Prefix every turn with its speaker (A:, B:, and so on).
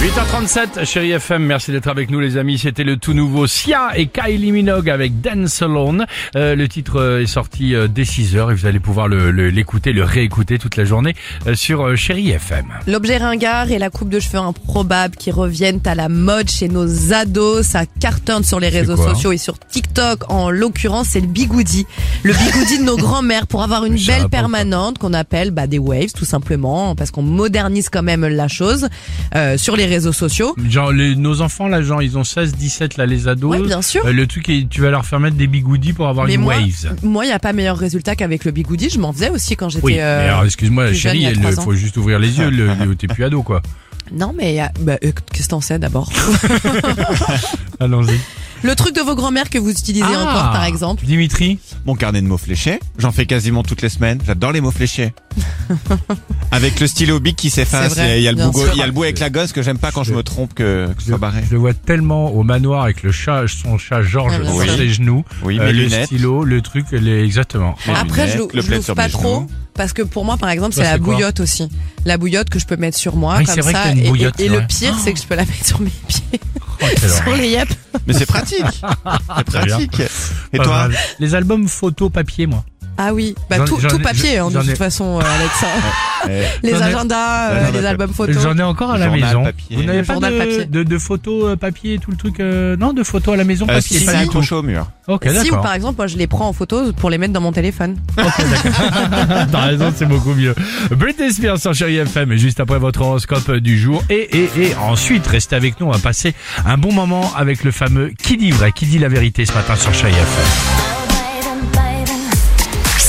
A: 8h37, chérie FM, merci d'être avec nous les amis. C'était le tout nouveau Sia et Kylie Minogue avec Dance Alone. Euh, le titre euh, est sorti euh, dès 6h et vous allez pouvoir le- le- l'écouter, le, réécouter toute la journée euh, sur euh, chérie FM.
B: L'objet ringard et la coupe de cheveux improbable qui reviennent à la mode chez nos ados, ça cartonne sur les réseaux
A: quoi hein
B: sociaux et sur TikTok. En l'occurrence, c'est le bigoudi. Le bigoudi de nos grands-mères pour avoir une
A: Mais ça
B: belle
A: rapporte pas.
B: permanente qu'on appelle bah, des waves tout simplement parce qu'on modernise quand même la chose euh, sur les réseaux sociaux.
A: Genre les- nos enfants là, genre ils ont 16, 17 là les ados.
B: Ouais, bien sûr.
A: Euh, le truc est tu vas leur faire mettre des bigoudis pour avoir
B: Mais
A: une
B: moi,
A: waves.
B: moi, il n'y a pas meilleur résultat qu'avec le bigoudi. Je m'en faisais aussi quand j'étais...
A: Oui, mais
B: euh,
A: alors excuse-moi
B: plus
A: chérie,
B: jeune, il y a
A: il
B: trois ans.
A: faut juste ouvrir les yeux, le, le- t'es plus ado quoi.
B: Non, mais euh, bah, euh, qu'est-ce que t'en sais d'abord
A: Allons-y.
B: Le truc de vos grands-mères que vous utilisez
A: Ah.
B: encore, par exemple.
A: Dimitri,
C: mon carnet de mots fléchés. J'en fais quasiment toutes les semaines. J'adore les mots fléchés. avec le stylo bic qui s'efface.
B: C'est vrai,
C: et Il y a le
B: bien
C: bout,
B: sûr.
C: il y a le bout avec la gosse que j'aime pas quand je me trompe que, que ce
A: je,
C: soit barré.
A: je le vois tellement au manoir avec le chat, son chat Georges
B: Ah, bien
A: sur
C: sûr.
A: ses genoux.
C: Oui,
A: Euh,
C: mes
A: le
C: lunettes.
A: stylo, le truc, les... exactement.
C: mes
B: Après, je
C: lunettes,
B: l'ou- je
C: plaid
B: l'ouvre
C: sur
B: pas
C: mes
B: trop
C: genoux.
B: parce que pour moi, par exemple, c'est
A: Toi,
B: la
A: c'est quoi
B: bouillotte aussi. La bouillotte que je peux mettre sur moi
A: Ah oui, c'est
B: comme
A: vrai que
B: ça.
A: t'as une
B: et- et-
A: bouillotte,
B: et,
A: ouais.
B: le pire, c'est que je peux la mettre sur mes pieds,
A: Oh, quelle
B: sur
A: horreur.
B: les yeux.
C: Mais c'est pratique. c'est pratique. Et
A: Pas
C: toi?
A: mal. Les albums photo papier, moi.
B: Ah oui, bah
A: J'en-
B: tout,
A: j'en
B: tout
A: ai-
B: papier hein, de
A: j'en ai-
B: toute façon, euh, Alex. hein.
C: Eh,
B: les
A: J'en ai-
B: agendas, euh,
C: J'en ai-
B: les albums photos.
A: J'en ai encore à la
C: Journal
A: maison.
C: papier.
A: Vous n'avez
B: Le
A: pas
B: journal
A: de,
B: papier.
A: de, de photos euh, papier, tout le truc euh, Non, de photos à la maison
C: euh,
A: papier,
C: si,
A: pas
C: si,
A: du tout.
C: touche au mur.
A: Ok,
B: si, ou
A: d'accord.
B: par exemple, moi je les prends en photo pour les mettre dans mon téléphone.
A: T'as raison, c'est beaucoup mieux. Britney Spears sur Chéri FM, juste après votre horoscope du jour. Et, et, et ensuite, restez avec nous, on va passer un bon moment avec le fameux Qui dit vrai, qui dit la vérité ce matin sur Chéri FM.